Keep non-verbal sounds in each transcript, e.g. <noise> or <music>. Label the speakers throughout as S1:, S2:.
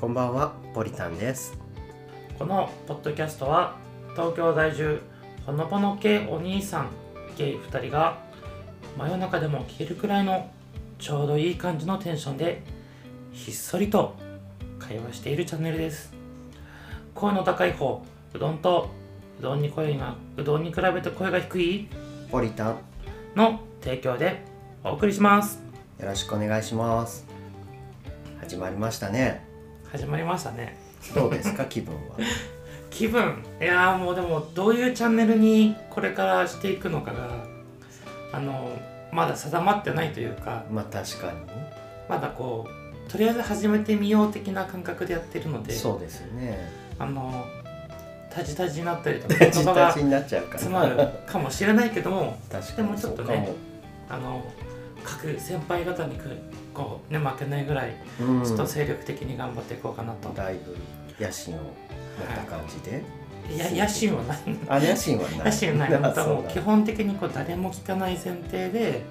S1: こんばんは、ポリタンです。
S2: このポッドキャストは東京在住ほのぼの系お兄さんゲイ2人が真夜中でも聞けるくらいのちょうどいい感じのテンションでひっそりと会話しているチャンネルです声の高い方うどんとうどんに声がうどんに比べて声が低い
S1: ポリタン、よ
S2: の提供でお送りします
S1: ろしくお願いします。始まりましたね。
S2: 始まりましたね
S1: どうで
S2: <laughs>
S1: すか、気分は。
S2: 気分いやーもうでもどういうチャンネルにこれからしていくのかがあのまだ定まってないというか
S1: まあ、確かに。
S2: まだこうとりあえず始めてみよう的な感覚でやってるので
S1: そうですね。
S2: あのタジタジになったりと
S1: <laughs>
S2: か
S1: タ
S2: 言
S1: チ
S2: 葉
S1: タ
S2: が
S1: チになっちゃうから。
S2: 詰まるかもしれないけども
S1: 確か
S2: でも
S1: に。
S2: ちょ
S1: そ
S2: っ
S1: う
S2: と
S1: か
S2: ね
S1: も。
S2: あの各先輩方にくこうね負けないぐらい
S1: うん
S2: ちょっと精力的に頑張っていこうかなと、
S1: だいぶ野心を持った感じで。
S2: いや野心はない
S1: あ、野心はない。
S2: 野心は
S1: <laughs> あ
S2: ない本当はもう
S1: そう
S2: 基
S1: だ
S2: 本的にこう誰も聞かない前提で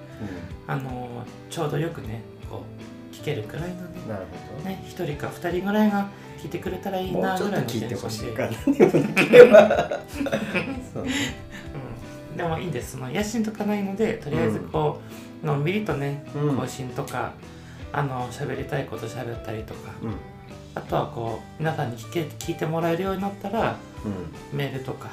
S2: あのちょうどよくねこう聞けるくらいのね
S1: うんなるほど。
S2: ね一人か二人ぐらいが聞いてくれたらいい
S1: もう
S2: な
S1: ちょ
S2: ぐ
S1: っと
S2: らいのテンシ
S1: 聞いてほし
S2: ョ
S1: い
S2: ン
S1: か
S2: で、
S1: ら。でもできれば。
S2: <laughs>
S1: そうね。
S2: うん、でもいいんですその野心とかないのでとりあえずこう、のんびりとね
S1: うん。う
S2: 更新とか、あの喋りたいこと喋ったりとか
S1: ん。
S2: あとはこう皆さんに聞け聞いてもらえるようになったら
S1: う
S2: メールとか
S1: ん。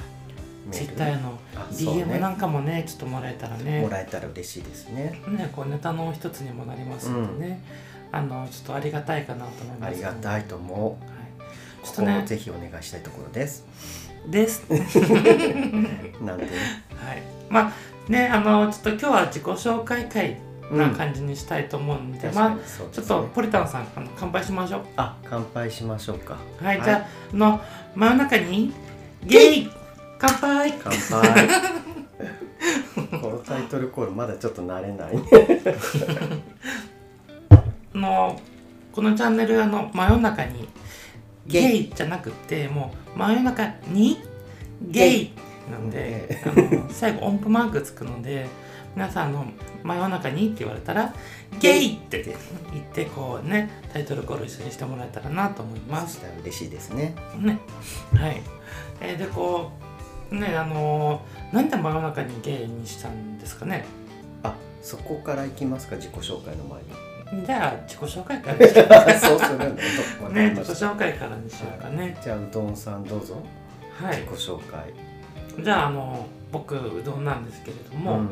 S2: ツイッターへの
S1: あそう
S2: DM な
S1: ね
S2: んかもねちょっともらえたらね
S1: もらえたら嬉しいですね。
S2: ねこうネタの一つにもなりますのでね、あのちょっとありがたいかなと思います
S1: ありがたいと思う。
S2: はい、ちょっ
S1: ことこ
S2: ね
S1: をぜひお願いしたいところです。
S2: です。はい。
S1: なんで、
S2: まあねあのちょっと今日は自己紹介会
S1: う
S2: なん感じにしたいと思うんで、
S1: 確か
S2: まあ
S1: にそうで
S2: ち
S1: す
S2: ょっ
S1: ね
S2: とポリタンさんあの乾杯しましょう。
S1: あ乾杯しましょうか。
S2: はい、
S1: はい
S2: じゃああの真夜中にゲイ乾杯。
S1: 乾杯。
S2: <laughs>
S1: このタイトルコールまだちょっと慣れない。
S2: あのこのチャンネルあの真夜中に
S1: ゲイ
S2: ゲイじゃなくてもう真夜中にゲイなんで、あの <laughs> 最後音符マークつくので皆さんあの真夜中にって言われたらゲイって言ってこうねタイトルコール一緒にしてもらえたらなと思いま
S1: ますしたら嬉しいですね。
S2: ねはい、えーでこうねあのなんで真夜中にゲイにしたんですかね
S1: あそこから行きますか自己紹介の前
S2: <laughs>
S1: に。
S2: じゃあ自己紹介からにしよう
S1: そうするんだ。わか
S2: ね
S1: りま
S2: <laughs> 自己
S1: した
S2: 紹介からにしようかね
S1: じゃあうどんさんどうぞ。
S2: はい
S1: 自己紹介。
S2: じゃああの僕うどんなんですけれども、
S1: ん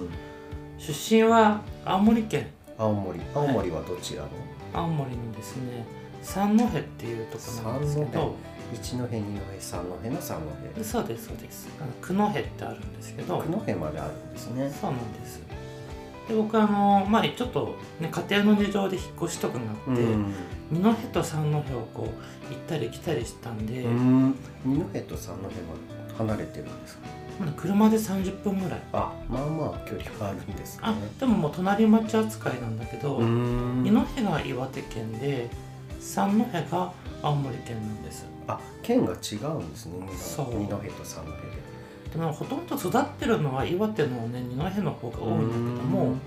S2: 出身は青森県
S1: 青森青森はどちらの？
S2: 青森のですね三戸っていうところなんですけ
S1: 三
S2: ど
S1: 一戸二戸三戸の三戸。
S2: そうですそうですあの九戸ってあるんですけど
S1: 九戸まであるんですね。
S2: そうなんですで僕あのまあちょっとね家庭の事情で引っ越しとかがあって、
S1: うん
S2: 二戸と三戸をこう行ったり来たりしたんで、
S1: うん二戸と三戸は離れてるんですか
S2: まだ車で30分ぐらい
S1: あまあまあ距離があるんです
S2: あ
S1: ね
S2: でももう隣町扱いなんだけど、
S1: ん
S2: 二戸が岩手県で三戸が青森県なんです
S1: あ県が違うんですね
S2: そう
S1: 二戸二戸と三戸で
S2: でもほとんど育ってるのは岩手のね二戸の方が多いんだけど
S1: う
S2: も
S1: ん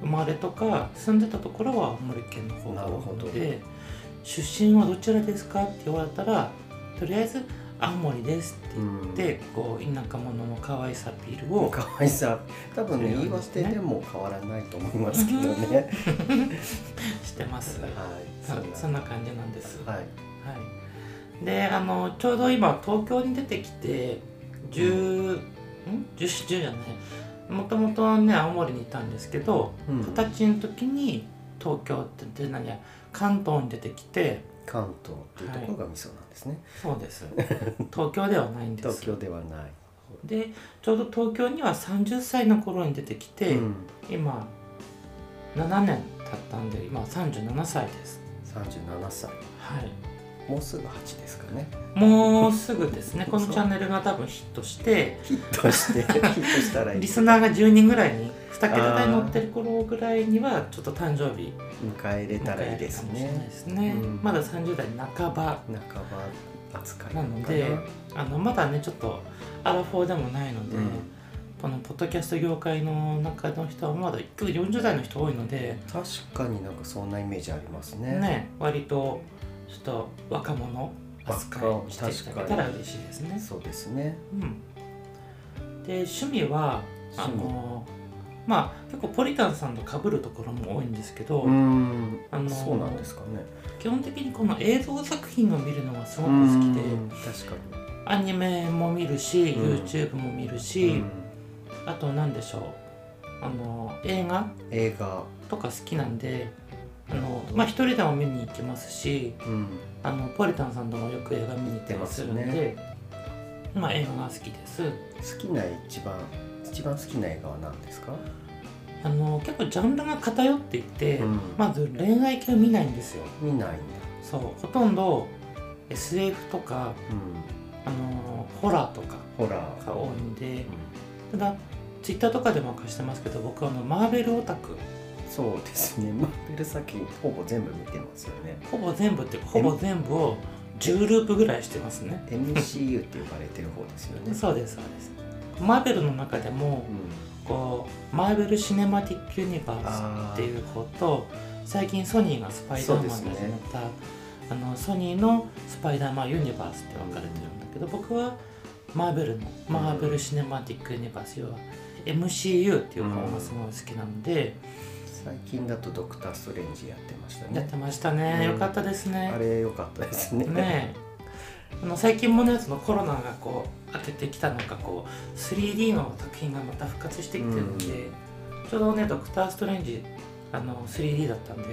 S2: 生まれとか住んでたところは青森県の方が多いの
S1: な
S2: で出身はどちらですかって言われたらとりあえず青森ですって
S1: うん
S2: 言ってこう田舎者の可愛さアピール
S1: お
S2: を
S1: かわいさ多分ね
S2: そう
S1: 言
S2: ないん
S1: ま
S2: ですす
S1: て
S2: ね
S1: でも変わらないと思いますけどね
S2: して <laughs> ます
S1: はい
S2: そ
S1: そ
S2: そ
S1: うんな
S2: な感じなんですは
S1: はい
S2: いであのちょうど今東京に出てきて10ん10 10じゃないもともとね青森にいたんですけど
S1: うん
S2: 二十歳の時に東京って何や関東に出てきて
S1: 関東っていうところが味噌なんです <laughs> ね
S2: そうです <laughs> 東京ではないんで
S1: 東
S2: す
S1: 京ではない
S2: でちょうど東京には30歳の頃に出てきて、
S1: うん
S2: 今7年経ったんで今37歳です
S1: 37歳
S2: はい
S1: もうすぐ八ですかね
S2: もうすぐですねこのチャンネルが多分ヒットして
S1: ヒットしてヒットしたらいい
S2: リスナーが10人ぐらいに2桁台に乗ってる頃ぐらいにはちょっと誕生日
S1: 迎えれたらいいです
S2: 迎えるかもしれない
S1: ね
S2: ですね、
S1: うん
S2: まだ30代半ば
S1: 半ば扱い
S2: なのであのまだねちょっとアラフォーでもないので、
S1: うん
S2: このポッドキャスト業界の中の人はまだ結構40代の人多いので、
S1: 確かになんかそんなイメージありますね
S2: ね割とちょっと若者扱いにしていただけたら嬉しいですね。
S1: そうですね
S2: うん、で趣味はあ
S1: 趣味
S2: のまあ結構ポリタンさんと被るところも多いんですけど、
S1: うーん
S2: あの
S1: そうなんですかね
S2: 基本的にこの映像作品を見るのがす
S1: う
S2: ご
S1: ー
S2: く好き
S1: ん
S2: で
S1: 確かに
S2: アニメも見るし
S1: うん
S2: YouTube も見るし、
S1: うん
S2: あと何でしょうあの映画
S1: 映画
S2: とか好きなんであの、まあ、一人でも見に行きますし
S1: うん
S2: あのポリタンさんともよく映画見に行ったりするんで
S1: 行って
S2: まあ、映画が好きです。
S1: 好きな一番一番好きな映画は何ですか
S2: あの結構ジャンルが偏っていて、
S1: うん
S2: まず恋愛系を見ないんですよ
S1: 見ないんだ
S2: そうほとんど SF とか、
S1: うん
S2: あのーホラーとか
S1: ホラー
S2: が多いんで
S1: う
S2: ただツイッターとかでも貸してますけど僕はあのマーベルオタク
S1: んそうですねマーベル作品ほぼ全部見てますよね
S2: ほぼ全部っていうかほぼ全部を10ループぐらいしてますね
S1: MCU って呼ばれてる方ですよね
S2: そうですそうですマーベルの中でも
S1: うん
S2: こうマーベル・シネマティック・ユニバースっていう方と最近ソニーがスパイダーマンで始
S1: そうです
S2: め
S1: ね
S2: た、あのソニーのスパイダーマン・ユニバースって分かれてるんだけど僕はマーベルのマーベル・シネマティック・ユニバース要は MCU っていう方がすごい好きなので、
S1: 最近だとドクターストレンジやってました
S2: やっ
S1: ね
S2: てましたね、
S1: うん
S2: よかったです
S1: あ
S2: ね。
S1: れ良かったですね
S2: ねえあの最近もねそのコロナがこう当ててきたのかこう 3D の作品がまた復活してきてるので、
S1: う
S2: ちょうどね「ドクター・ストレンジ」あの 3D だったんで
S1: うん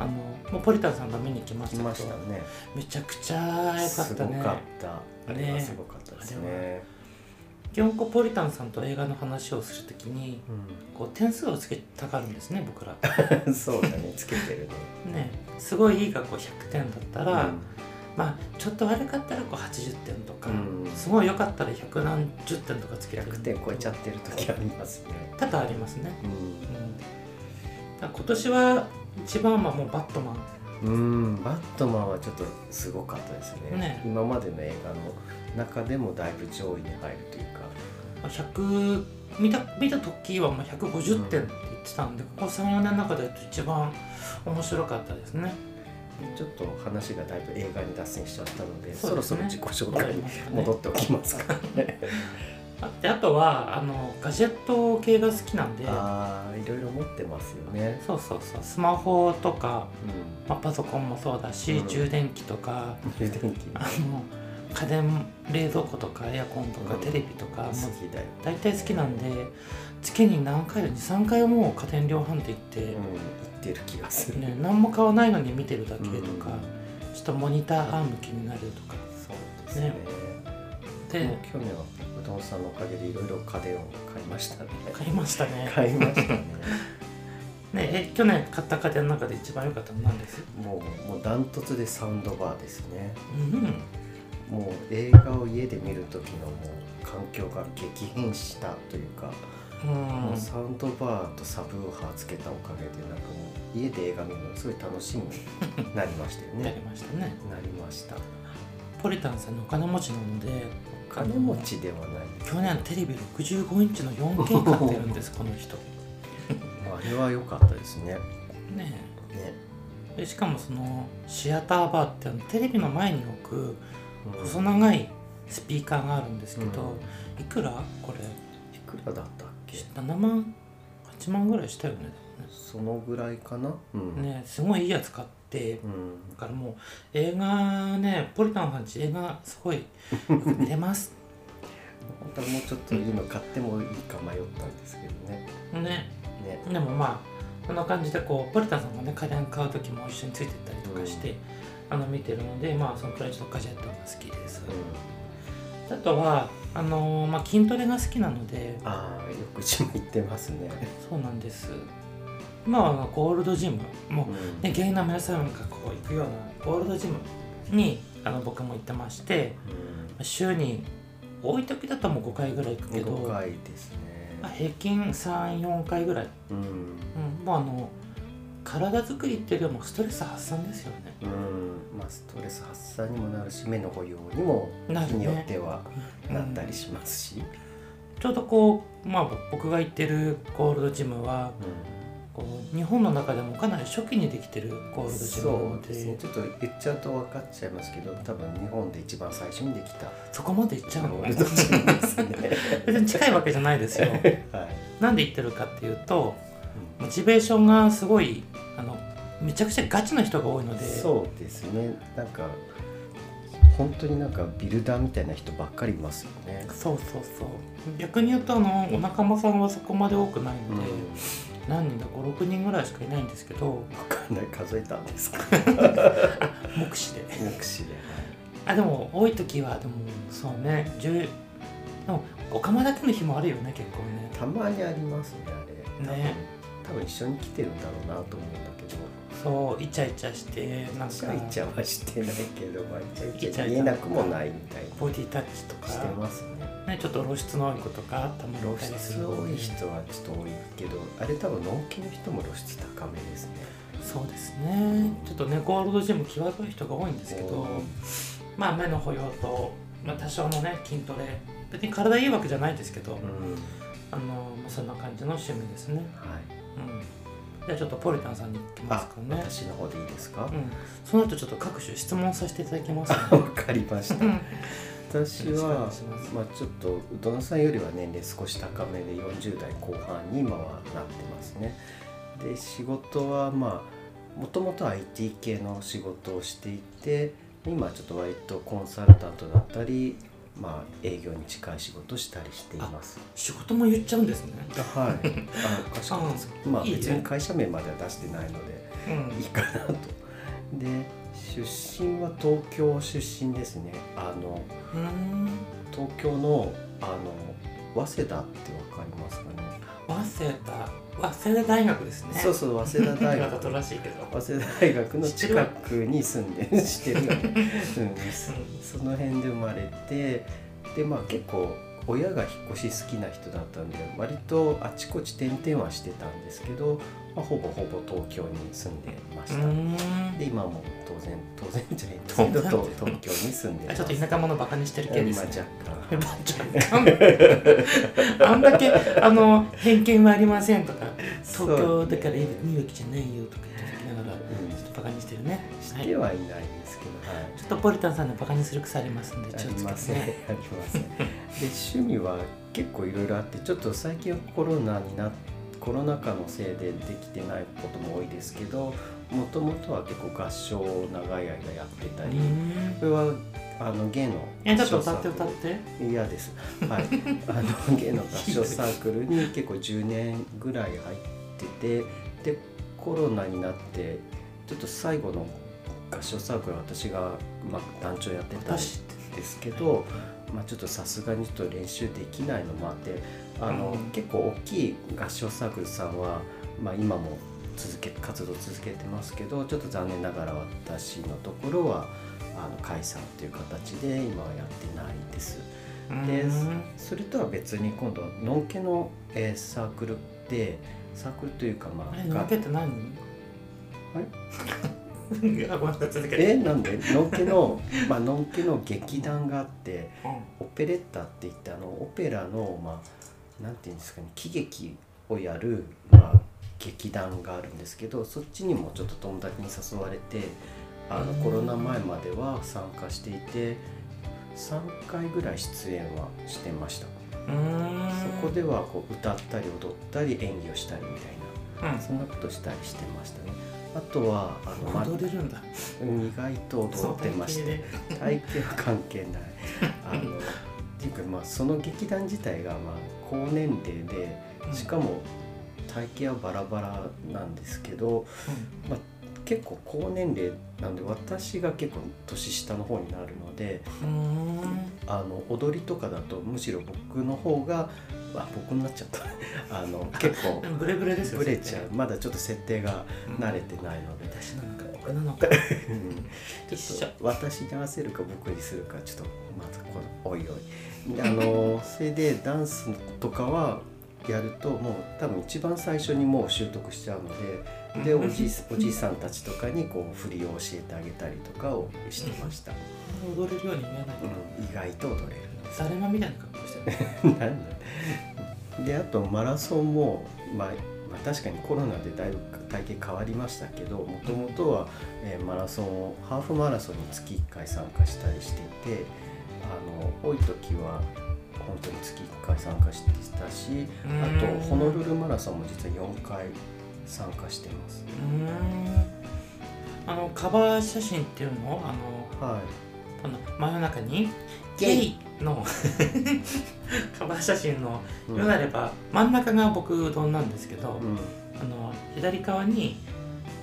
S2: あのもうポリタンさんが見に来まし
S1: 来
S2: たけど
S1: ましたね
S2: めちゃくちゃ良かった
S1: すご
S2: ね
S1: かったあれはすごかったですね
S2: ね基本こうポリタンさんと映画の話をするときにこう点数をつけたがるんですね
S1: <laughs>
S2: 僕ら
S1: うん、そうだねつけて
S2: <laughs>
S1: るね
S2: ねすごいいい学校100点だったら、
S1: うん
S2: まあちょっと悪かったらこう80点とか、
S1: うん
S2: すごい良かったら100何十点とかつけてる
S1: 100点超えちゃってる時ありますね、
S2: 多々ありますね、
S1: うん
S2: うん、だから今年は一番はもうバットマン
S1: うん、バットマンはちょっとすごかったですね
S2: ね
S1: 今までの映画の中でもだいぶ上位に入るというか
S2: 100見た見た時はもう150点って言ってたんで、ここ34年の中で一番面白かったですね。
S1: ちょっと話がだいぶ映画に脱線しちゃったので
S2: そ
S1: そう
S2: で
S1: ろ
S2: す
S1: そろ
S2: ね
S1: 自己紹
S2: わか
S1: 介
S2: り
S1: に
S2: ましたね
S1: 戻っておきますか、
S2: あであとはあのガジェット系が好きなんで
S1: ああいろいろ持ってますよね、
S2: そうそうそうスマホとか、まあ、パソコンもそうだし、
S1: うん
S2: 充電器とか
S1: うん、充電器
S2: あの家電冷蔵庫とかエアコンとか、
S1: うん
S2: テレビとか、もう
S1: 好きだよ、
S2: 大体好きなんで月に何回23回はもう家電量販店行って。
S1: うん、言ってる気がする、
S2: ね、何も買わないのに見てるだけとか、
S1: うん
S2: ちょっとモニターアーム気になるとか
S1: そうですね
S2: ねで、
S1: でも去年はうどんさんのおかげでいろいろ家電を買いましたね
S2: 買いましたね
S1: 買いましたね
S2: ねえ去年買った家電の中で一番良かったのなんです
S1: もうもうダントツでサウンドバーですね
S2: うん
S1: もう映画を家で見る時のもう環境が激変したというか、
S2: うん、
S1: もうサウンドバーとサブウーハーつけたおかげでなんかもう家で映画見るのすごい楽しみになりましたよ
S2: や <laughs> り
S1: ね
S2: ましたね
S1: なりました
S2: ポリタンさんのお金持ちなので
S1: お金持ちではない
S2: 去年テレビ65インチの 4K 買ってるんですこの人
S1: まああれは良かったですね
S2: ね
S1: ね、
S2: えでしかもそのシアターバーってあのテレビの前に置く
S1: うん
S2: 細長いスピーカーがあるんですけど、
S1: うん
S2: いくらこれ
S1: いくらだったっけ
S2: 7万8万ぐらいしたよね
S1: そのぐらいかなうん、
S2: ねすごいいいやつ買って
S1: うん、
S2: だからもう映画ねポリタンさんち映画すごいよく見れます <laughs>
S1: 本当はもうちょっといいの買ってもいいか迷ったんですけどね
S2: ね
S1: ね
S2: でもまあこんな感じでこうポリタンさんがね家電買う時も一緒についてったりとかして、あの見てるのでまあそのくらいちょっとガジェットが好きです、
S1: うん、
S2: あとはあのーまあ、筋トレが好きなので
S1: ああよくジム行ってま
S2: <laughs>
S1: すね、
S2: そうなんです今はゴールドジムもう
S1: うん
S2: ね、ゲイの皆さんがこう行くようなゴールドジムにあの僕も行ってまして
S1: うん
S2: 週に多い時だともう5回ぐらい行くけ
S1: 5
S2: ど、
S1: 回ですね。
S2: まあ、平均34回ぐらい、
S1: うん、
S2: うん、もうあの体作りっていうよりもストレス発散ですよね
S1: うん、まあストレス発散にもなるし目の保養にも
S2: な
S1: 日
S2: る
S1: によっ
S2: ね
S1: ては
S2: うん
S1: なったりしますし、
S2: ちょうどこう、まあ、僕が行ってるゴールドジムは
S1: う
S2: ここう日本の中でもかなり初期にできてるゴールドジム
S1: そう
S2: で
S1: ですねちょっと言っちゃうと分かっちゃいますけど多分日本で一番最初にできた
S2: そこまでいっちゃうの
S1: ゴールドジムです
S2: <laughs>
S1: ね
S2: 別に近いわけじゃない
S1: <laughs>
S2: ですよ
S1: はい、
S2: なんで言ってるかっていうとモチベーションがすごいあのめちゃくちゃガチな人が多いので
S1: そうですねなんか本当になんかビルダーみたいな人ばっかりいますよね、
S2: そうそうそう逆に言うとあのお仲間さんはそこまで多くないので、何人だ56人ぐらいしかいないんですけど
S1: 分かんない数えたんですか
S2: 目視で
S1: 目視で
S2: あでも多い時はでもそうね10でもお釜だけの日もあるよね結構ね
S1: たまにありますねあれ多分
S2: ね
S1: 多分一緒に来てるんだろうなと思うんだけど
S2: そうイチャイチャしてなん
S1: イチャイ
S2: か
S1: チャはしてないけど、まあ、イチャイチ
S2: イチャ
S1: ャ
S2: イチャ
S1: 見えなくもないみたいに
S2: ボディタッチと
S1: して
S2: か、
S1: ますね
S2: ね、ちょっと露出の多い子とかたまに
S1: 露
S2: いたりす
S1: 出
S2: るの
S1: 多
S2: で
S1: い人はちょっと多いけどあれ多分納期の人も露出高めですね
S2: そうですねちょっとねゴールドジム際どい人が多いんですけどまあ目の保養と、まあ、多少のね筋トレ別に体いいわけじゃないですけど、
S1: うん
S2: あのまあそんな感じの趣味ですね、
S1: はい
S2: うん、じゃあちょっとポリタンさんに行きますかね
S1: 私の方でいいですか
S2: う、ん、その後ちょっと各種質問させていただきます、ね、
S1: わかりまし
S2: う
S1: た
S2: ん
S1: 私
S2: よろしくお願
S1: はい
S2: します
S1: まあちょっとうどんさんよりは年齢少し高めで40代後半に今はなってますねで仕事はまあもともと IT 系の仕事をしていて今はちょっと割とコンサルタントだったりまあ営業に近い仕事をしたりしています
S2: 仕事も言っちゃうんですね、
S1: はいあの賢いですまあ
S2: いいよ
S1: 別に会社名までは出してないので
S2: うん
S1: いいかなとで出身は東京出身ですねあの
S2: うん
S1: 東京のあの早稲田ってわかりますかね
S2: 早稲田早稲田大学ですね
S1: そうそう早稲田大
S2: だと
S1: 学
S2: らしいけど
S1: 早稲田大学の近くに住んで知ってるよね、
S2: <laughs>
S1: うん、その辺で生まれてでまあ結構親が引っ越し好きな人だったんで割とあちこち転々はしてたんですけど、まあ、ほぼほぼ東京に住んでまし
S2: う
S1: た、
S2: ん
S1: で今も当然当然じゃないんですけ
S2: 当
S1: ど
S2: 然
S1: と東京に住んでま
S2: あ
S1: す
S2: ちょっと田舎者バカにしてる系ですね
S1: まあ若干
S2: ま <laughs> ああんだけあの偏見はありませんとか東京だから見る気じゃないよとか言ってきながらち
S1: うん
S2: ょっとバカにしてるねは
S1: し
S2: い
S1: てはいないんですけど、はい
S2: ちょっとポリタンさんのバカにする癖ありますんで
S1: あ
S2: 気を
S1: り
S2: つけ
S1: ま
S2: て
S1: せん、
S2: ね
S1: ありません。で趣味は結構いろいろあってちょっと最近はコロナになコロナ禍のせいでできてないことも多いですけどもともとは結構合唱を長い間やってた
S2: う
S1: り、
S2: ん
S1: これはあの芸の
S2: えちょっと歌って歌って
S1: 嫌です。
S2: <laughs>
S1: はい、あの芸の合唱サークルに結構10年ぐらい入っててでコロナになってちょっと最後の合唱サークルは私が、まあ、団長やってたん
S2: 私って
S1: ですけど、まあ、ちょっとさすがにちょっと練習できないのもあってあの、
S2: うん
S1: 結構大きい合唱サークルさんは、まあ、今も続け活動続けてますけどちょっと残念ながら私のところはあの解散という形で今はやってないです。です
S2: うん
S1: それとは別に今度ノンケの、えーサークルでサークルというかま
S2: え
S1: あ
S2: 抜
S1: が
S2: けって何れあごめんなさ <laughs> い続けて
S1: えなんでノンケのまあノンケの劇団があって
S2: うん
S1: オペレッタって言ってあのオペラのまあなんていうんですかね喜劇をやる、まあ、劇団があるんですけどそっちにもちょっと友達に誘われてあの
S2: うん
S1: コロナ前までは参加していて3回ぐらい出演はしてました
S2: うん
S1: そこではこう歌ったり踊ったり演技をしたりみたいなそんなことしたりしてましたねあとはあの、ま
S2: うん踊れるんだ
S1: 意外と踊ってまし
S2: そう体型
S1: て
S2: で
S1: 体型は関係ないあのっていうかまあその劇団自体がまあ高年齢で
S2: うん
S1: しかも体型はバラバラなんですけ
S2: う
S1: ど
S2: ん
S1: 結構高年齢なんで私が結構年下の方になるので
S2: うん
S1: あの踊りとかだとむしろ僕の方があ僕になっちゃった <laughs> あの結構
S2: <laughs> でもブレブレですよ
S1: ブレちゃうまだちょっと設定が慣れてないので、
S2: 私なのか僕なのか
S1: うん
S2: 一
S1: ち
S2: 緒
S1: ょっと私に合わせるか僕にするかちょっとまずこのおいおいであ <laughs> のそれでダンスとかはやるともう多分一番最初にもう習得しちゃうのででおじいおじいさんたちとかにこう振りを教えてあげたりとかをしてました、
S2: 踊れるように見えないけど
S1: うん、意外と踊れるんです
S2: サ
S1: <laughs>
S2: レマみたいな格好してる
S1: なんだであとマラソンも、まあ、まあ、確かにコロナでだいぶ体型変わりましたけどもともとは、えーマラソンをハーフマラソンに月1回参加したりしていてあの多い時は本当に月1回参加してたしあと
S2: うん
S1: ホノルルマラソンも実は4回参加してま
S2: う
S1: す。
S2: ーんあのカバー写真っていうのをあの
S1: はい
S2: この真夜中に
S1: ゲ
S2: ゲ
S1: イ
S2: イの <laughs> カバー写真の
S1: う
S2: よ
S1: ん
S2: うなれば真ん中が僕うどんなんですけど、
S1: うん
S2: あの左側に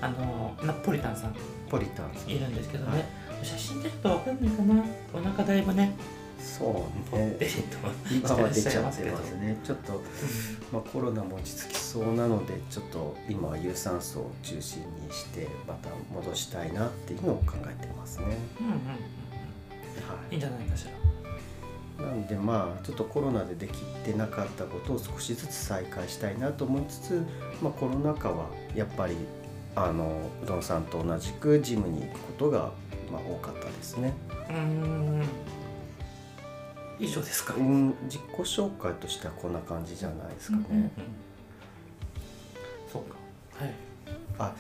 S2: あのナポリタンさん
S1: ポリタンさん
S2: いるんですけど
S1: は
S2: ね、写真出るとわかんないかなお腹だいぶね
S1: そう
S2: ぽって
S1: ね
S2: りと、
S1: 今は出ちゃ
S2: して
S1: って
S2: らっしゃい
S1: ま
S2: ますす
S1: ねちょっと、まあ、コロナも落ち着きそうなのでちょっと今は有酸素を中心にしてまた戻したいなっていうのを考えてますね、は
S2: うんうんうんうんいい
S1: い
S2: んじゃないかしら
S1: なんでまあちょっとコロナでできてなかったことを少しずつ再開したいなと思いつつ、まあ、コロナ禍はやっぱりあのうどんさんと同じくジムに行くことが、まあ、多かったですね
S2: うーん以上ですか、
S1: うん自己紹介としてはこんな感じじゃないですかね、
S2: うんうんうんそうかはい
S1: あ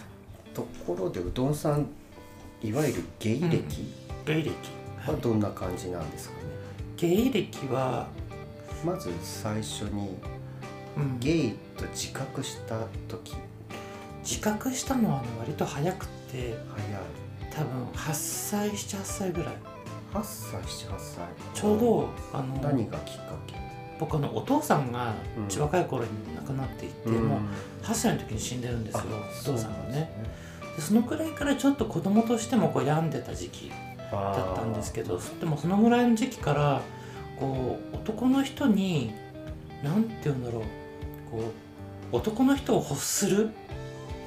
S1: ところでうどんさんいわゆるゲイ歴
S2: 芸歴、
S1: はどんな感じなんですかね、
S2: 芸歴は、
S1: まず最初に
S2: うん、
S1: ゲイと自覚した時
S2: 自覚したのはね割と早くて
S1: 早い
S2: 多分8歳78歳ぐらい
S1: 8歳78歳
S2: ちょうどあの
S1: 何がきっかけ
S2: 僕あのお父さんが
S1: うん
S2: ち若い頃に亡くなっていて、もう8歳の時に死んでるんですよお父さんがねでそのくらいからちょっと子供としてもこう病んでた時期
S1: だ
S2: だったんですけどでもそのぐらいの時期からこう男の人に何て言うんだろうこう男の人を欲する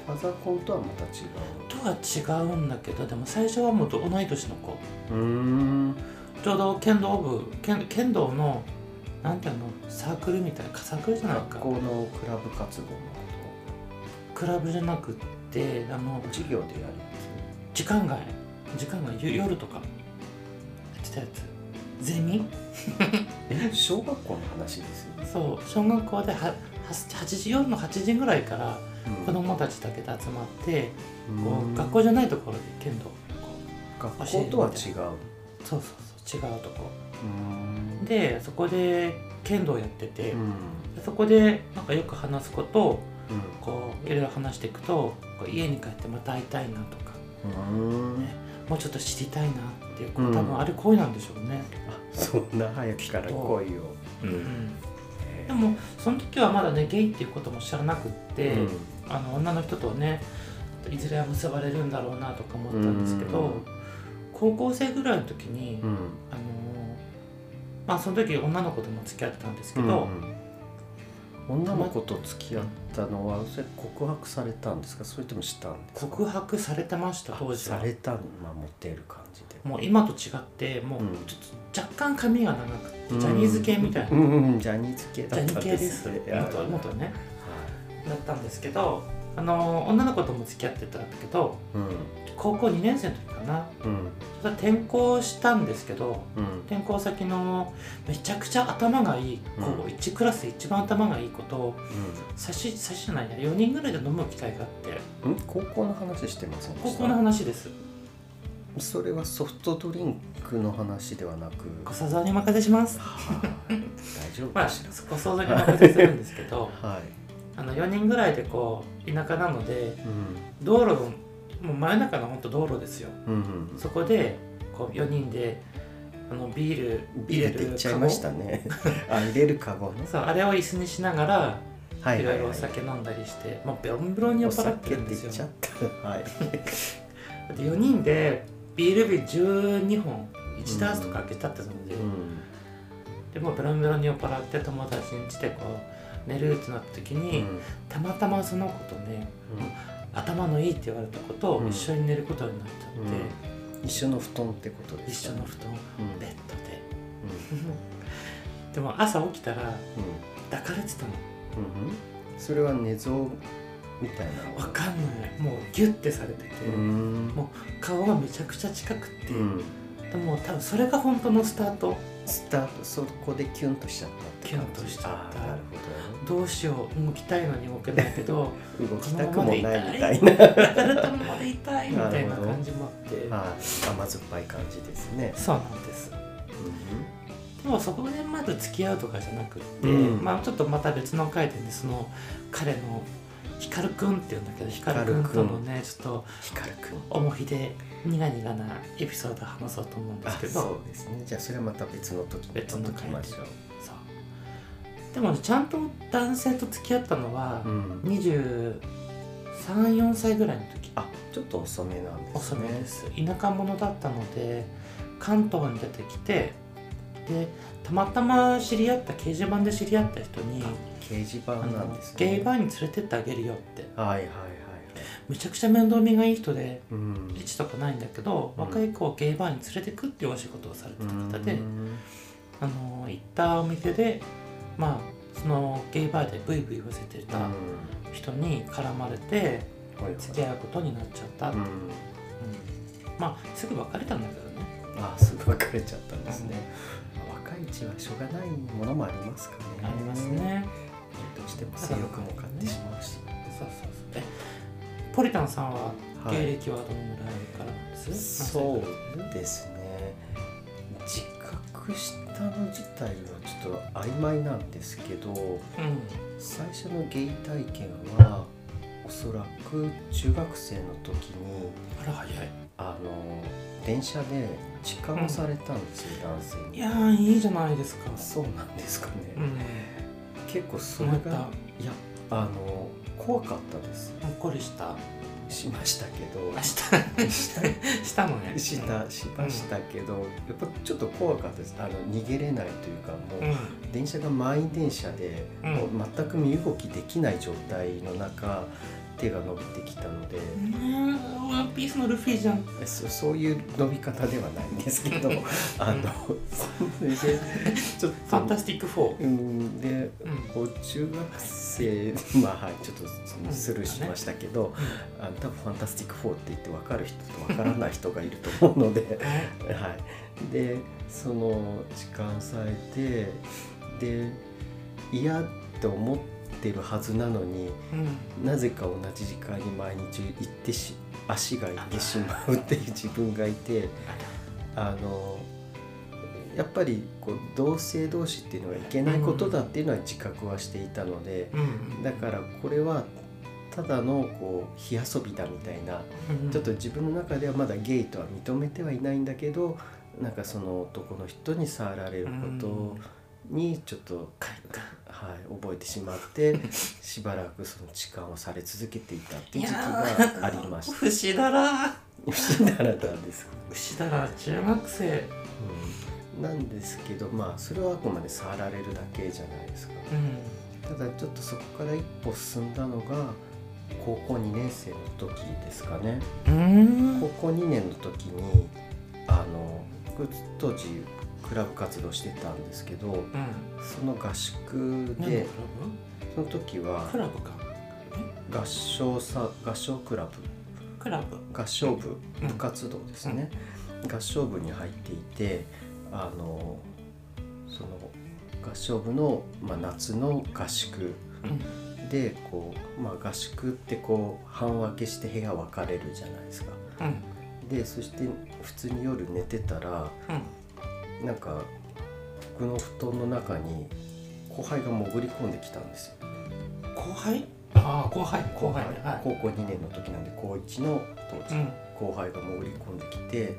S1: ファザコンとはまた違
S2: とは違うんだけどでも最初はもう同い年の子
S1: ううーん
S2: ちょうど剣道部剣剣道のなんていうのサークルみたいなサークルじゃない
S1: 学
S2: か
S1: 校のクラブ活動のこ
S2: クラブじゃなくってあの
S1: と授業でやるんですね
S2: 時間外時間外ゆ夜とかやってたやつゼミ
S1: え小学校の話ですよね、
S2: そう小学校ではは8時夜の8時ぐらいから
S1: うん
S2: <laughs> 子供たちだけで集まって、
S1: うん
S2: こう学校じゃないところで剣道こ
S1: 学校とは違う
S2: うそうそうそう違うとこ
S1: うん
S2: でそこで剣道やってて、
S1: うん
S2: でそこでなんかよく話すことを
S1: うん
S2: こういろいろ話していくとこう家に帰ってまた会いたいなとか
S1: うーん
S2: ねもうちょっと知りたいなっていうこ
S1: う
S2: うん多分あれ恋なんでしょうね、
S1: そんな早くから恋を。う
S2: うんでもその時はまだねゲイっていうことも知らなくって、あの女の人とねいずれは結ばれるんだろうなとか思ったんですけど、
S1: うん
S2: 高校生ぐらいの時に、
S1: うん
S2: あのまあその時女の子とも付き合ってたんですけ
S1: うん
S2: ど、
S1: 女の子と付き合ったのはそれ告白されたんですかそれともしたんですか
S2: 告白されてました当時は
S1: されたのまあモテる感じで。
S2: もう今と違ってもう
S1: うん
S2: ちょっと若干髪が長くてジャニーズ系みたいな、
S1: うんうんうんジャニーズ系
S2: ジ
S1: だ
S2: ャ
S1: っ
S2: ニー
S1: たん
S2: 系で
S1: です
S2: す
S1: ね。
S2: 元元
S1: はい
S2: ねだったんですけどあの女の子とも付き合ってたんだけど
S1: うん
S2: 高校2年生の時かな
S1: うん
S2: それ転校したんですけど
S1: うん
S2: 転校先のめちゃくちゃ頭がいい子、
S1: うん
S2: 1クラスで一番頭がいい子と差し差しじゃないな4人ぐらいで飲む機会があって
S1: うんん高校の話してませんで
S2: 高
S1: した
S2: 校の話です
S1: それはソフトドリンクの話ではなく
S2: ご想像にお任せします
S1: はい大丈夫
S2: まあ
S1: かしら
S2: ご想像にお任せするんですけ
S1: <laughs>
S2: ど
S1: はい
S2: あの4人ぐらいでこう田舎なので
S1: うん
S2: 道路のもう真夜中の本当道路ですよ
S1: うんうん
S2: そこでこう4人であのビール
S1: ビールって言っちゃいましたね。 <laughs> あ、入れるカゴね。
S2: そうあれを椅子にしながら
S1: はいいは
S2: ろい
S1: い
S2: ろ
S1: は
S2: お
S1: い。
S2: 酒飲んだりして、まあ、ベロンベロンに酔っ払ってるん
S1: お酒
S2: ですよ
S1: って言っちゃっ
S2: <laughs>
S1: た。はい。
S2: だって4人でビール瓶12本1ダースとか開けたってたので、
S1: うん。
S2: でもうベロンベロンに酔っ払って友達にしてこう寝るってなった時に、たまたまその子とね頭のいいって言われた子と一緒に寝ることになっちゃって、
S1: うん一緒の布団ってことで
S2: 一
S1: す
S2: 緒
S1: か
S2: の布団
S1: うん
S2: ベッドででも朝起きたら抱かれてたの
S1: うんうんうんそれは寝相みたいなの
S2: わかんないもうギュッてされてて、
S1: うん
S2: もう顔がめちゃくちゃ近くって、
S1: うん
S2: でも多分それが本当のスタート
S1: スタートそこでキュンとしちゃったって感
S2: キ
S1: じ
S2: ュンとしちゃった
S1: あーなる
S2: どうしよう動きたいのに動けないけど
S1: ほどね動
S2: こ
S1: き
S2: の
S1: たく
S2: ま
S1: も
S2: ま
S1: な
S2: で
S1: い
S2: い
S1: みた
S2: たい
S1: いな
S2: だからこのままでいたいみたいな感じもあ
S1: <laughs>
S2: って
S1: あー甘酸っぱい感じですね、
S2: そうなんですでもそこでまず付き合うとかじゃなくって、
S1: うん
S2: まあ、ちょっとまた別の回転でその彼の光くんっていうんだけど光くんとのねちょっと
S1: ヒカルくん
S2: 重ひで苦々なエピソードを話そうと思うんで
S1: あ
S2: すけど
S1: そうですねじゃあそれはまた別の時に
S2: 別の回で
S1: やっときましょう
S2: そうでもねちゃんと男性と付き合ったのは
S1: うん
S2: 234歳ぐらいの時
S1: あちょっと遅めなんで
S2: 遅
S1: すね
S2: めです田舎者だったので関東に出てきてでたまたま知り合った掲示板で知り合った人に
S1: 掲示板
S2: あ
S1: なん
S2: の
S1: ですね
S2: ゲイバーに連れてってあげるよって
S1: はいはいはいはい
S2: むちゃくちゃ面倒見がいい人で
S1: うん
S2: リチとかないんだけど、
S1: うん
S2: 若い子をゲイバーに連れてくっていうお仕事をされてた方で、
S1: うん
S2: あの行ったお店でまあそのゲイバーでブイブイ言わせてた人に絡まれて
S1: はいはい
S2: 付き合うことになっちゃった、
S1: う
S2: うん
S1: ん
S2: まあすぐ別れたんだけどね
S1: あすぐ別れちゃったんですね、若いうちはしょうがないものもありますからね
S2: ありますね
S1: どうしても性欲も買ってしまうし
S2: そうそうそうえポリタンさんは
S1: はい
S2: 芸歴はどのぐらいからなんです、
S1: そうですね自覚したの自体はちょっと曖昧なんですけど
S2: う、うん、
S1: 最初のゲイ体験はおそらく中学生の時に
S2: あら早い
S1: あの電車で痴漢をされたんですよ、男性に
S2: いやーいいじゃないですか
S1: そうなんですかね、
S2: うん
S1: 結構そ
S2: 止
S1: れ
S2: ま
S1: が
S2: っ、た
S1: いやあの怖かったです
S2: ほっこりした
S1: しましたけど
S2: あしたしたしたのね
S1: したしましたけど、やっぱちょっと怖かったですあの逃げれないというか
S2: う
S1: も
S2: ん
S1: う、電車が満員電車で、
S2: うん
S1: もう全く身動きできない状態の中手が伸びてきたので、
S2: うん、ワンピースのルフィじゃん
S1: えそそういう伸び方ではないんですけど
S2: <laughs>
S1: あのそれでちょっ
S2: ファン
S1: と
S2: タスティック4
S1: うんで
S2: うん
S1: こう中学生、まあはいちょっとスルーしましたけど、あの多分「ファンタスティック4」って言って分かる人と分からない人がいると思うのではいでその痴漢されてで嫌って思ってるはずなのに
S2: うん
S1: なぜか同じ時間に毎日行ってし足が行ってしまうっていう自分がいてあのやっぱりこう同性同士っていうのはいけないことだっていうのは自覚はしていたので、
S2: うん
S1: だからこれはただのこう火遊びだみたいな
S2: うん
S1: ちょっと自分の中ではまだゲイとは認めてはいないんだけどなんかその男の人に触られることにちょっと、はい、覚えてしま
S2: <laughs>
S1: ってしばらくその痴漢をされ続けていたっていう時期がありました。 <laughs>
S2: 牛だら
S1: 不思議ならなんです、
S2: 牛だら中学生
S1: うん、なんですけどまあそれはあくまで触られるだけじゃないですか。
S2: うん
S1: ただちょっとそこから一歩進んだのが高校2年生の時ですかね
S2: うん
S1: 高校2年の時にあの僕当時クラブ活動してたんですけどその合宿
S2: 何の
S1: で
S2: ク
S1: その時
S2: ラ
S1: は
S2: ブクラブか
S1: 合唱さ合唱クラ
S2: クラブ
S1: ブ合唱部
S2: うん
S1: 部活動ですね合唱部に入っていてあのその合唱部の、まあ、夏の合宿
S2: うん
S1: でこう、まあ、合宿ってこう半分けして部屋分かれるじゃないですか
S2: うん
S1: でそして普通に夜寝てたら
S2: うん
S1: なんか僕の布団の中に後輩が潜り込んできたんですよ
S2: 後輩ああ後輩後輩ねはい
S1: 高校2年の時なんで高1の当
S2: う
S1: 時、
S2: ん
S1: 後輩が潜り込んできて
S2: いや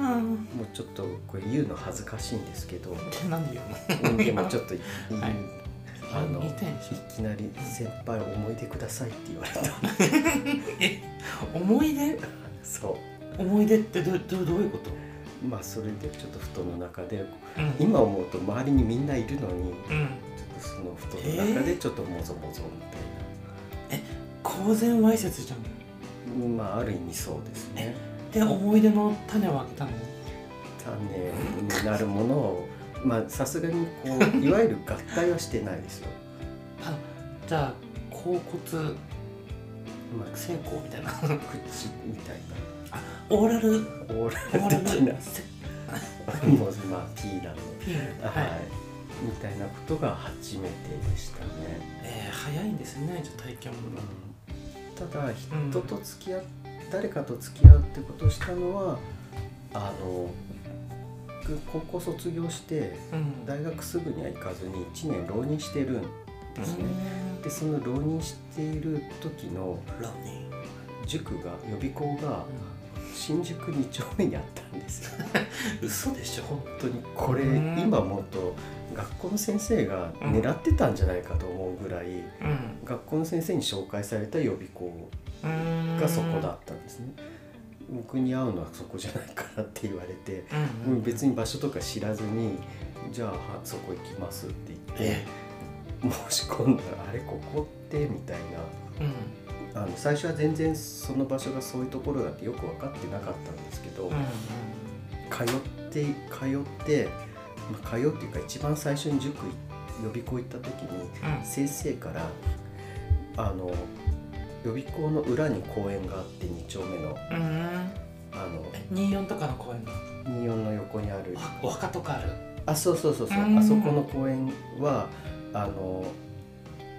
S2: ー
S1: もうちょっとこれ言うの恥ずかしいんですけ
S2: <laughs>
S1: ど
S2: ってなんで言うの
S1: でもちょっと、
S2: はい
S1: あの
S2: 言いたいでしょ
S1: いきなり「先輩思い出ください」って言われた
S2: 思い出
S1: <laughs> そ
S2: 思い出ってどどどういうこと
S1: うまあそれでちょっと布団の中で
S2: うん
S1: 今思うと周りにみんないるのに
S2: うん
S1: ちょっとその布団の中でちょっともぞもぞみたい
S2: 公然わいせつじゃん
S1: な、まあある意味そうですね
S2: で思い出の種をあげたの
S1: 種になるものをまあさすがにこういわゆる合体はしてな
S2: <laughs>
S1: いですよ、
S2: あじゃあ甲骨
S1: まあ、
S2: 成功みたいな
S1: 口みたいな
S2: オーラル
S1: オー
S2: オ
S1: ラ
S2: ーラ
S1: <laughs> ル的な
S2: ルせ
S1: もうまあ P なんで、
S2: ピン
S1: は
S2: はいい、
S1: みたいなことが初めてでしたね、
S2: えー早いんですねじゃあ体験も
S1: うん、ただ
S2: うん
S1: 人と付き合っ誰かと付き合うってことをしたのはあの僕高校卒業して
S2: うん
S1: 大学すぐには行かずに1年浪人してるんですね、でその浪人している時の
S2: ロニ
S1: 塾が予備校が新宿2丁目にあったんです
S2: <laughs>
S1: よ
S2: ー嘘でしょ
S1: 本当にこれ
S2: うん
S1: 今思うと学校の先生が狙ってたんじゃないかと思うぐらい
S2: うん
S1: 学校の先生に紹介された予備校
S2: うん
S1: がそこだったんですね僕に会うのはそこじゃないからって言われて
S2: うん、
S1: もう別
S2: に
S1: に場所とか知らずにじゃあはそこ行きますって言って
S2: え
S1: 申し込んだらあれここってみたい
S2: ーう
S1: な
S2: ん
S1: あの最初は全然その場所がそういうところだってよく分かってなかったんですけど、
S2: うん
S1: 通って通って、まあ、通うっていうか一番最初に塾い予備校行った時に
S2: うん
S1: 先生からあの予備校の裏に公園があって2丁目の
S2: うん
S1: あの
S2: え24とかの公園の
S1: 24の横にある
S2: わお墓とかある
S1: あそうそうそうそう、
S2: うん
S1: あそこの公園はあの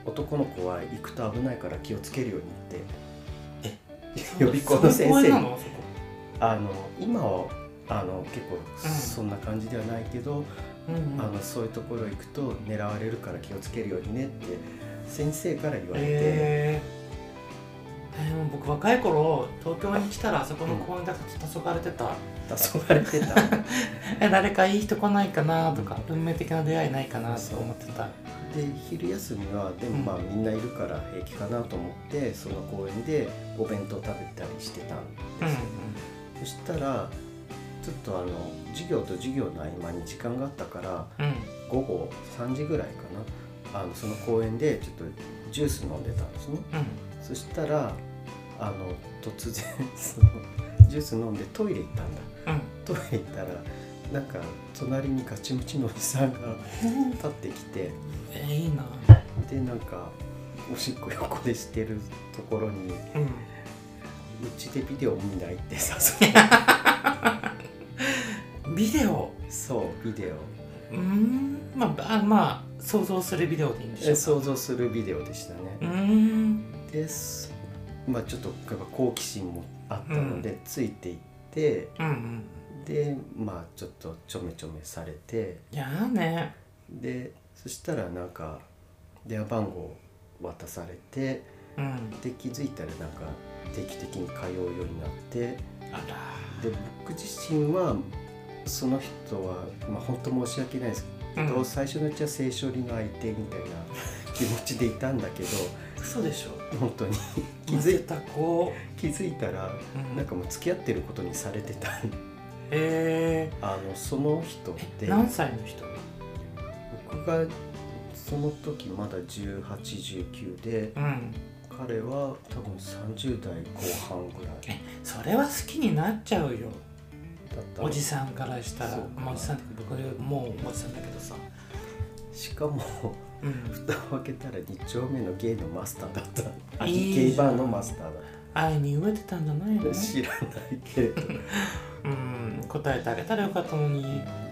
S1: 男の子は行くと危ないから気をつけるようにって <laughs> 予備校の先生に
S2: そ公園なのそこ
S1: あの今はあの結構
S2: うん
S1: そんな感じではないけど、
S2: うんうん
S1: あのそういうところ行くと狙われるから気をつけるようにねって先生から言われて、
S2: えーえーもう僕若い頃東京に来たらあそこの公園だと黄昏れてた、
S1: 黄昏れて
S2: <laughs>
S1: たで
S2: え誰かいい人来ないかなとか運命的な出会いないかなと思ってた
S1: 昼休みはでもまあみんないるから平気かなと思ってその公園でお弁当食べたりしてたん
S2: うん
S1: です、そしたらちょっとあの授業と授業の合間に時間があったから
S2: うん
S1: 午後3時ぐらいかなあのその公園でちょっとジュース飲んでたんですね
S2: うん
S1: そしたらあの突然 <laughs> そのジュース飲んでトイレ行ったんだ
S2: うん
S1: トイレ行ったらなんか隣にガチムチのおじさんが <laughs>
S2: うん
S1: 立ってきて
S2: えーいいな
S1: でなんかおしっこ横でしてるところに
S2: うん
S1: 「うちでビデオ見ない?」って <laughs> 誘
S2: ビデオ
S1: うそうビデオ
S2: うーんまああまあ想像するビデオでいいんでしょ
S1: え
S2: う
S1: 想像するビデオでしたね
S2: うーん
S1: ですまあちょっとやっぱ好奇心もあったので、ついていって
S2: うんうん
S1: でまあちょっとちょめちょめされて
S2: いやーね
S1: でそしたらなんか電話番号渡されて
S2: うん
S1: で気づいたらなんか定期的に通うようになってで
S2: あ
S1: 僕自身はその人は、まあ、本当申し訳ないです
S2: ら
S1: けど、
S2: うん
S1: 最初のうちは性処理の相手みたいな気持ちでいたんだけど
S2: 嘘でしょ <laughs>
S1: 本当に気
S2: 混ぜ
S1: づい
S2: た子
S1: 気づいたら
S2: うん
S1: なんかもう付き合ってることにされてた
S2: え
S1: あのその人っ
S2: ーえ
S1: て
S2: 何歳の人
S1: 僕がその時まだ1819で
S2: うん
S1: 彼は多分30代後半ぐらい
S2: それは好きになっちゃうよ
S1: だった
S2: おじさんからしたら
S1: そうか
S2: まあおじさんって僕もうおじさんだけどさ
S1: しかも
S2: うん
S1: 蓋を開けたら2丁目のゲイのマスターだったあ
S2: いい
S1: ゲイバーのマスターだっ
S2: 愛に飢えてたんじゃないの
S1: た知らないけれど
S2: うん答えてあげたらよかったのに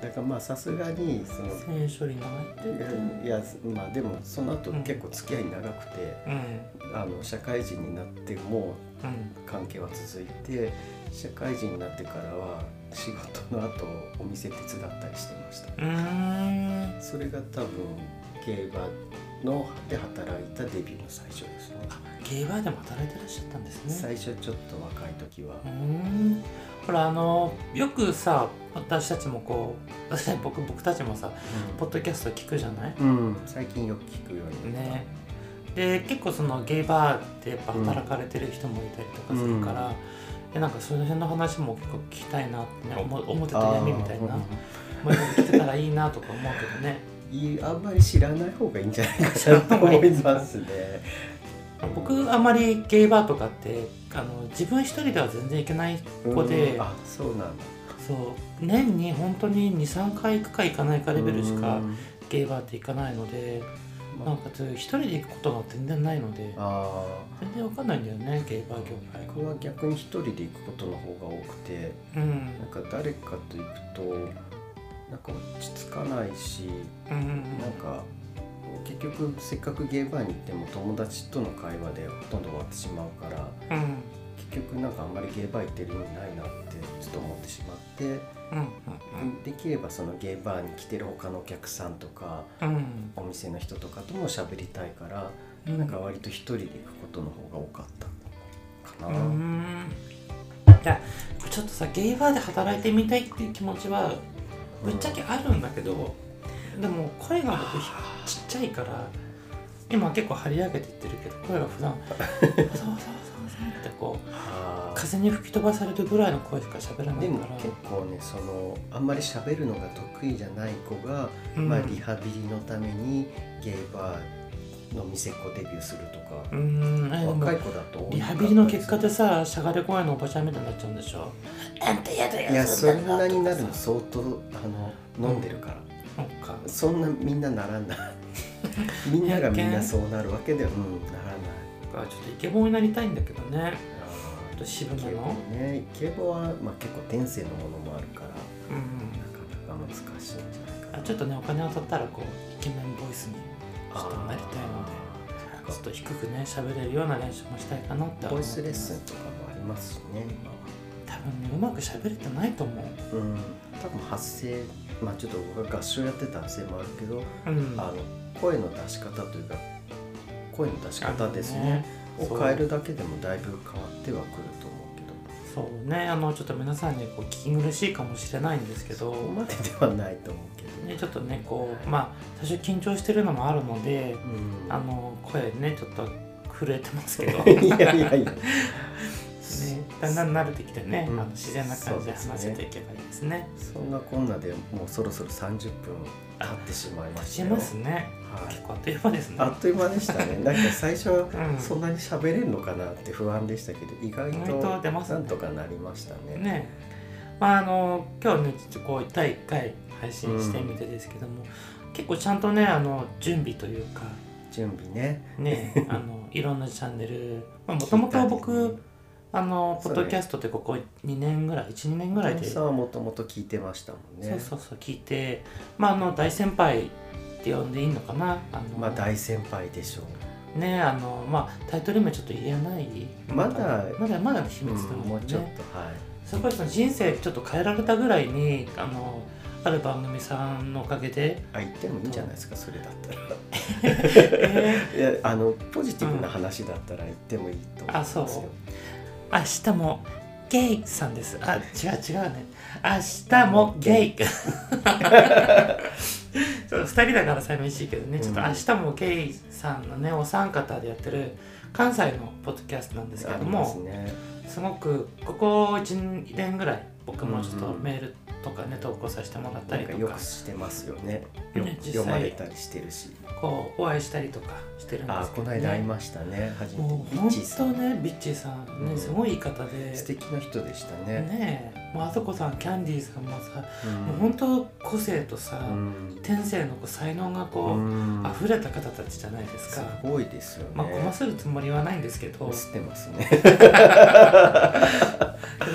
S1: だからまあさすがにその
S2: 性処理が入ってて
S1: いやまあでもその後
S2: うん
S1: 結構付き合い長くて、
S2: うん
S1: あの社会人になっても
S2: うん
S1: 関係は続いて社会人になってからは仕事の後お店手伝ったりしてました
S2: うーん
S1: それが多分競馬ので働いたデビューの最初ですね
S2: ゲイバーでも働いてらっしゃったんですね
S1: 最初ちょっと若い時は
S2: うーんほらあのよくさ私たちもこう私僕僕たちもさポッドキャスト聞くじゃない
S1: うん、最近よく聞くようになった
S2: ねで結構そのゲイバーでやっぱ働かれてる人もいたりとかするから、えなんかその辺の話も結構聞きたいなってね思思ってた闇みたいな
S1: あ
S2: も
S1: ー
S2: う聞けたらいいなとか思うけどね
S1: いいあんまり知らない方がいいんじゃないか
S2: <laughs>
S1: なと思いますね
S2: 僕あまりゲイバーとかってあの自分一人では全然行けない
S1: うん
S2: こで
S1: あそうなんだ
S2: そう年に本当に23回行くか行かないかレベルしか
S1: うん
S2: ゲイバーって行かないのでな
S1: ま
S2: おかつ一人で行くことが全然ないので
S1: あ、あ
S2: 全然わかんないんだよねゲイバー業
S1: ー
S2: 界
S1: 僕は逆に一人で行くことの方が多くて
S2: うん
S1: なんか誰かと行くとなんか落ち着かないし
S2: うんうん
S1: なんか結局せっかくゲーバーに行っても友達との会話でほとんど終わってしまうから
S2: うんうん
S1: 結局なんかあんまりゲーバー行ってる意味ないなってちょっと思ってしまって、
S2: うん
S1: できればそのゲーバーに来てる他のお客さんとか
S2: うんうん
S1: お店の人とかとも喋りたいから、
S2: うん
S1: なんか割と一人で行くことの方が多かったか
S2: う
S1: な。
S2: んじゃあちょっとさゲイバーで働いてみたいっていう気持ちはぶっちゃけあるんだけど、でも声が僕ちっちゃいから今結構張り上げていってるけど声が普段わざわざわざわざってこう
S1: あー
S2: 風に吹き飛ばされるぐらいの声しか喋らな
S1: で
S2: い
S1: も
S2: から
S1: 結構ねそのあんまり喋るのが得意じゃない子が、
S2: うん
S1: まあ、リハビリのためにゲイバーの店っ子デビューするとか
S2: う、んえでも
S1: 若い子だと多い
S2: リハビリの結果でさしゃがれ声のおばちゃんみたいになっちゃうんでしょあんたやだや
S1: いやそん
S2: だ
S1: なになる
S2: と
S1: の
S2: かさ
S1: 相当あの飲んでるか
S2: な
S1: ら、
S2: んか
S1: そんなみんなならない
S2: <laughs>
S1: みんながみんなそうなるわけでは、うん、ならない
S2: なんかちょっとイケボになりたいんだけどねちょっと
S1: イ
S2: 渋め
S1: ケボ
S2: の
S1: ねイケボは、まあ、結構天性のものもあるから
S2: うん
S1: なかなか難しいんじゃないかな
S2: あちょっとねお金を取ったらこうイケメンボイスにちょっとなりたいので
S1: あー
S2: ちょっと低くね喋れるような練習もしたいかなって思
S1: ボ
S2: う
S1: イスレッスンとかもありますしね、
S2: 多分ねうまく喋れてないと思う
S1: うん、多分発声まあちょっと僕が合唱やってた発声もあるけど、
S2: うん
S1: あの声の出し方というか声の出し方ですね
S2: あのね
S1: を変えるだけでもだいぶ変わってはくると思うけど
S2: そうねあのちょっと皆さんにこう聞き苦しいかもしれないんですけど
S1: そこまでではないと思うけど、
S2: ねちょっとねこうまあ最初緊張してるのもあるので
S1: うん、
S2: あの声ねちょっと震えてますけど <laughs> ね
S1: <laughs> いやいやいや、
S2: だんだん慣れてきてね、
S1: うん
S2: あの自然な感じで話せていけばいいですね。
S1: そんなこんなでもうそろそろ30分経ってしまいました
S2: し
S1: よ
S2: ますね。
S1: はい
S2: 結構あっという間ですね。
S1: あっという間でしたねなんか最初は
S2: うん
S1: そんなに喋れるのかなって不安でしたけど意外
S2: 意外と出ます
S1: と
S2: ね
S1: なんとかなりましたね
S2: ねまああの今日ねちょっとこう第1回配信してみてですけども、結構ちゃんとねあの準備というか
S1: 準備ね
S2: ね
S1: <laughs>
S2: あのいろんなチャンネルもともと僕あのポ
S1: そう
S2: ッ
S1: ね
S2: ドキャストってここ2年ぐらい12年ぐらいで、
S1: さんはもともと聞いてましたもんね
S2: そうそうそう聞いてまああの大先輩って呼んでいいのかなあの、
S1: まあ大先輩でしょ
S2: ねあのまあタイトル名ちょっと言えない
S1: まだ
S2: まだまだ秘
S1: う、
S2: 密だ
S1: うん
S2: もんね、
S1: もうちょっとはい
S2: すごいその人生ちょっと変えられたぐらいにあのある番組さんのおかげ
S1: <laughs>
S2: で、
S1: あ言ってもいいんじゃないですかそれだったら
S2: え
S1: いやあのポジティブな話だったら言ってもいいと思いますよ、
S2: あそうー明日もゲイさんですあ違う違うね明日もゲイ
S1: <laughs>
S2: ちょっと2人だから寂しいけどねちょっと
S1: うん
S2: 明日もゲイさんのねお三方でやってる関西のポッドキャストなんですけ
S1: あ
S2: ど
S1: ります
S2: も
S1: ね
S2: す,、ごくここ1年ぐらい僕もちょっとメールとかね投稿させてもらった
S1: な
S2: り
S1: んか
S2: と
S1: よ
S2: か
S1: くしてますよね
S2: ね
S1: よ
S2: 実際
S1: 読まれたりしてるし
S2: こうお会いしたりとかしてるんで
S1: あ
S2: すけ
S1: こ
S2: ど、
S1: の
S2: ね、
S1: 間会いましたね初めて
S2: もう
S1: ビ
S2: 本
S1: ッチーさ
S2: 当
S1: ん、
S2: ねビッチーさんねすごい言い方で
S1: 素敵な人でしたね
S2: ねえもうあそこさんキャンディーさんもさ、
S1: うん
S2: もう本当個性とさ、
S1: うん
S2: 天性のこう才能がこう、
S1: うん
S2: 溢れた方たちじゃないです
S1: す
S2: か、
S1: ごいですよね。
S2: まあこまするつもりはないんですけど
S1: 映ってますね。
S2: けど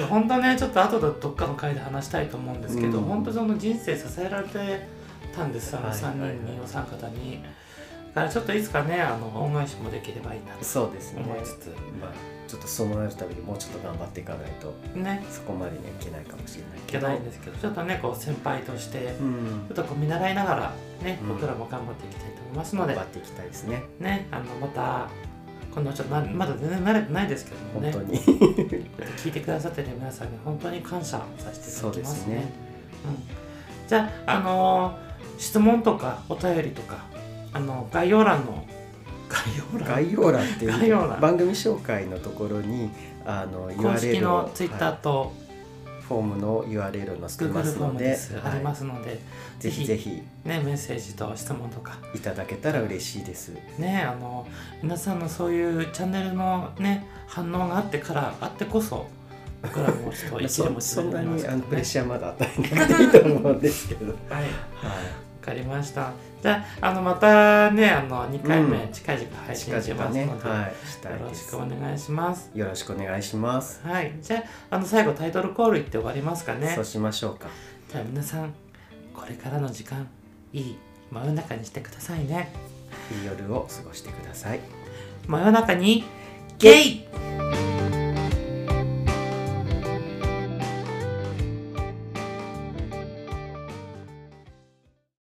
S2: <laughs> 本当ねちょっと後でどっかの回で話したいと思うんですけど、
S1: うん
S2: 本当その人生支えられてたんですあの
S1: はい
S2: 3人に、
S1: はい
S2: お三方にだからちょっといつかねあの恩返しもできればいいなと
S1: <laughs> そうですね。
S2: 思いつつ、
S1: まあちょっと備えるためにもうちょっと頑張っていかないと
S2: ね
S1: そこまでにはいけないかもしれない
S2: い
S1: け
S2: け
S1: ど。
S2: ないんですけどちょっとねこう先輩として、
S1: うん
S2: ちょっ。とこう見習いながらね、
S1: うん
S2: 僕らも頑張っていきたいと思いますの
S1: 頑
S2: で
S1: 張、っていきたいですね。
S2: ね、あのまた、今度ちょっとなまだ全然慣れてないですけどもね、
S1: 本当
S2: こ
S1: に。
S2: うやって聞いてくださってる皆さんに本当に感謝させていた
S1: そ
S2: だ
S1: う
S2: き
S1: で
S2: ますすね。
S1: ね。
S2: うん、じゃあ、あのー質問とかお便りとか、あの概要欄の、概要欄
S1: <laughs> 概要欄っ
S2: <laughs>
S1: て
S2: 概
S1: いう
S2: 要欄
S1: 番組紹介のところにあの
S2: 公式
S1: URL
S2: の
S1: を
S2: Twitter
S1: は
S2: と
S1: いフォームの URL を載せて
S2: Google
S1: ます
S2: フォー
S1: の
S2: ム
S1: で
S2: で、す、
S1: はい
S2: ありますので、
S1: ぜひぜひ
S2: ね、メッセージと質問とか、
S1: いただけたら嬉しいです。
S2: ねあの皆さんのそういうチャンネルのね反応があってからあってこそ僕ら <laughs> もちょっと生きる
S1: そ
S2: も
S1: そんなにあのプレッシャーまだ与え
S2: ャ
S1: なくていいと思うんですけど。
S2: ーはい
S1: はい。
S2: かりました。じゃあ、あの、またね、あの、2回目、
S1: うん
S2: 近々配信し
S1: 近
S2: ま
S1: 々
S2: す
S1: ね
S2: ので、
S1: はいした
S2: よ
S1: い
S2: ろ
S1: で
S2: し
S1: す
S2: くお願いします。
S1: よろしくお願いします、
S2: はい。じゃあ、あの、最後タイトルコール言って終わりますかね
S1: そう。しましょうか
S2: じゃあ、皆さん、これからの時間、いい真夜中にしてくださいね。
S1: いい夜を過ごしてください
S2: 真夜中に、ゲイ